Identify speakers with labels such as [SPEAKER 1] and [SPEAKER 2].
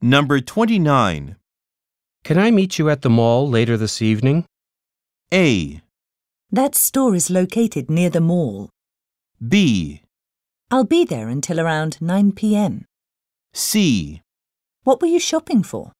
[SPEAKER 1] Number 29.
[SPEAKER 2] Can I meet you at the mall later this evening?
[SPEAKER 1] A.
[SPEAKER 3] That store is located near the mall.
[SPEAKER 1] B.
[SPEAKER 3] I'll be there until around 9 p.m.
[SPEAKER 1] C.
[SPEAKER 3] What were you shopping for?